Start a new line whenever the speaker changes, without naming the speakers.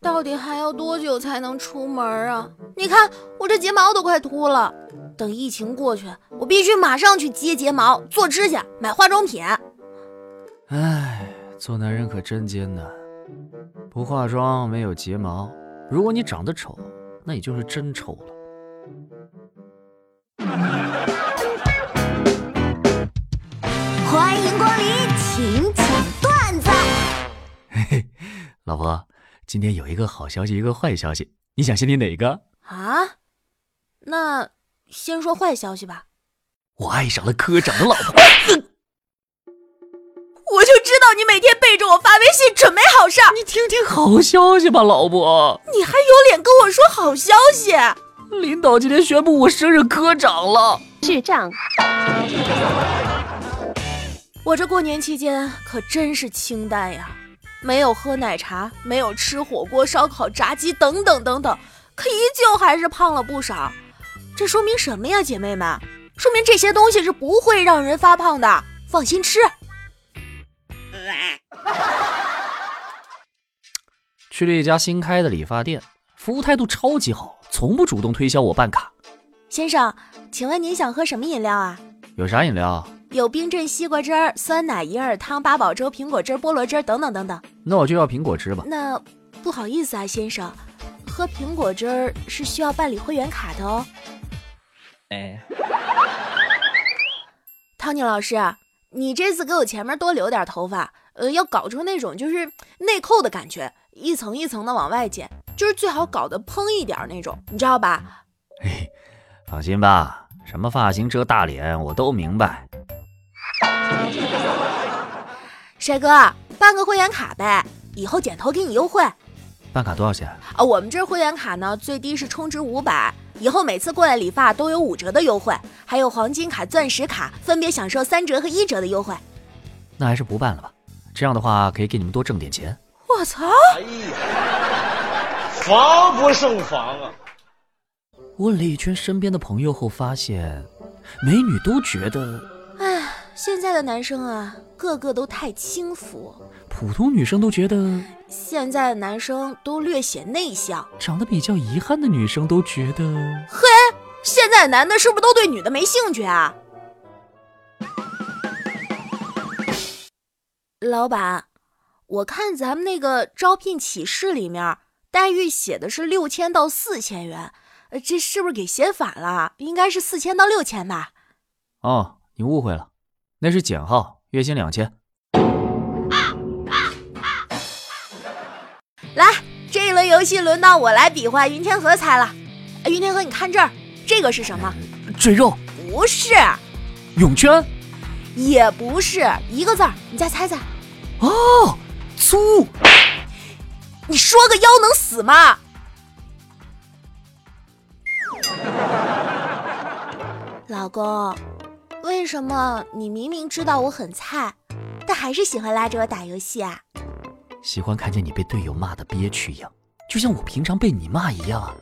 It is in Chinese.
到底还要多久才能出门啊？你看我这睫毛都快秃了，等疫情过去，我必须马上去接睫毛、做指甲、买化妆品。
唉，做男人可真艰难，不化妆，没有睫毛。如果你长得丑，那你就是真丑了。
欢迎光临请讲段子。
嘿嘿，老婆，今天有一个好消息，一个坏消息，你想先听哪个？
啊，那先说坏消息吧。
我爱上了科长的老婆。
我就知道你每天背着我发微信，准没好事儿。
你听听好消息吧，老婆，
你还有脸跟我说好消息？
领导今天宣布我升任科长了。
智障。
我这过年期间可真是清淡呀，没有喝奶茶，没有吃火锅、烧烤、炸鸡等等等等，可依旧还是胖了不少。这说明什么呀，姐妹们？说明这些东西是不会让人发胖的，放心吃。
去了一家新开的理发店，服务态度超级好，从不主动推销我办卡。
先生，请问您想喝什么饮料啊？
有啥饮料？
有冰镇西瓜汁儿、酸奶银耳汤、八宝粥、苹果汁儿、菠萝汁儿等等等等。
那我就要苹果汁吧。
那不好意思啊，先生，喝苹果汁儿是需要办理会员卡的哦。
哎，
汤尼老师，你这次给我前面多留点头发，呃，要搞成那种就是内扣的感觉，一层一层的往外剪，就是最好搞得蓬一点儿那种，你知道吧？
放心吧，什么发型遮大脸我都明白。
帅哥，办个会员卡呗，以后剪头给你优惠。
办卡多少钱？
啊，我们这会员卡呢，最低是充值五百，以后每次过来理发都有五折的优惠，还有黄金卡、钻石卡，分别享受三折和一折的优惠。
那还是不办了吧。这样的话可以给你们多挣点钱。
我操！
哎呀，防不胜防啊！
问了一圈身边的朋友后，发现美女都觉得
唉，现在的男生啊，个个都太轻浮，
普通女生都觉得
现在的男生都略显内向。
长得比较遗憾的女生都觉得
嘿，现在男的是不是都对女的没兴趣啊？老板，我看咱们那个招聘启事里面，待遇写的是六千到四千元，呃这是不是给写反了？应该是四千到六千吧？
哦，你误会了，那是减号，月薪两千。
来，这一轮游戏轮到我来比划云天河猜了。哎云天河，你看这儿，这个是什么？
赘肉、
不是，
泳圈、
也不是，一个字儿，你再猜猜。
粗。
你说个腰能死吗？ 老公，为什么你明明知道我很菜，但还是喜欢拉着我打游戏啊？
喜欢看见你被队友骂的憋屈一样，就像我平常被你骂一样啊。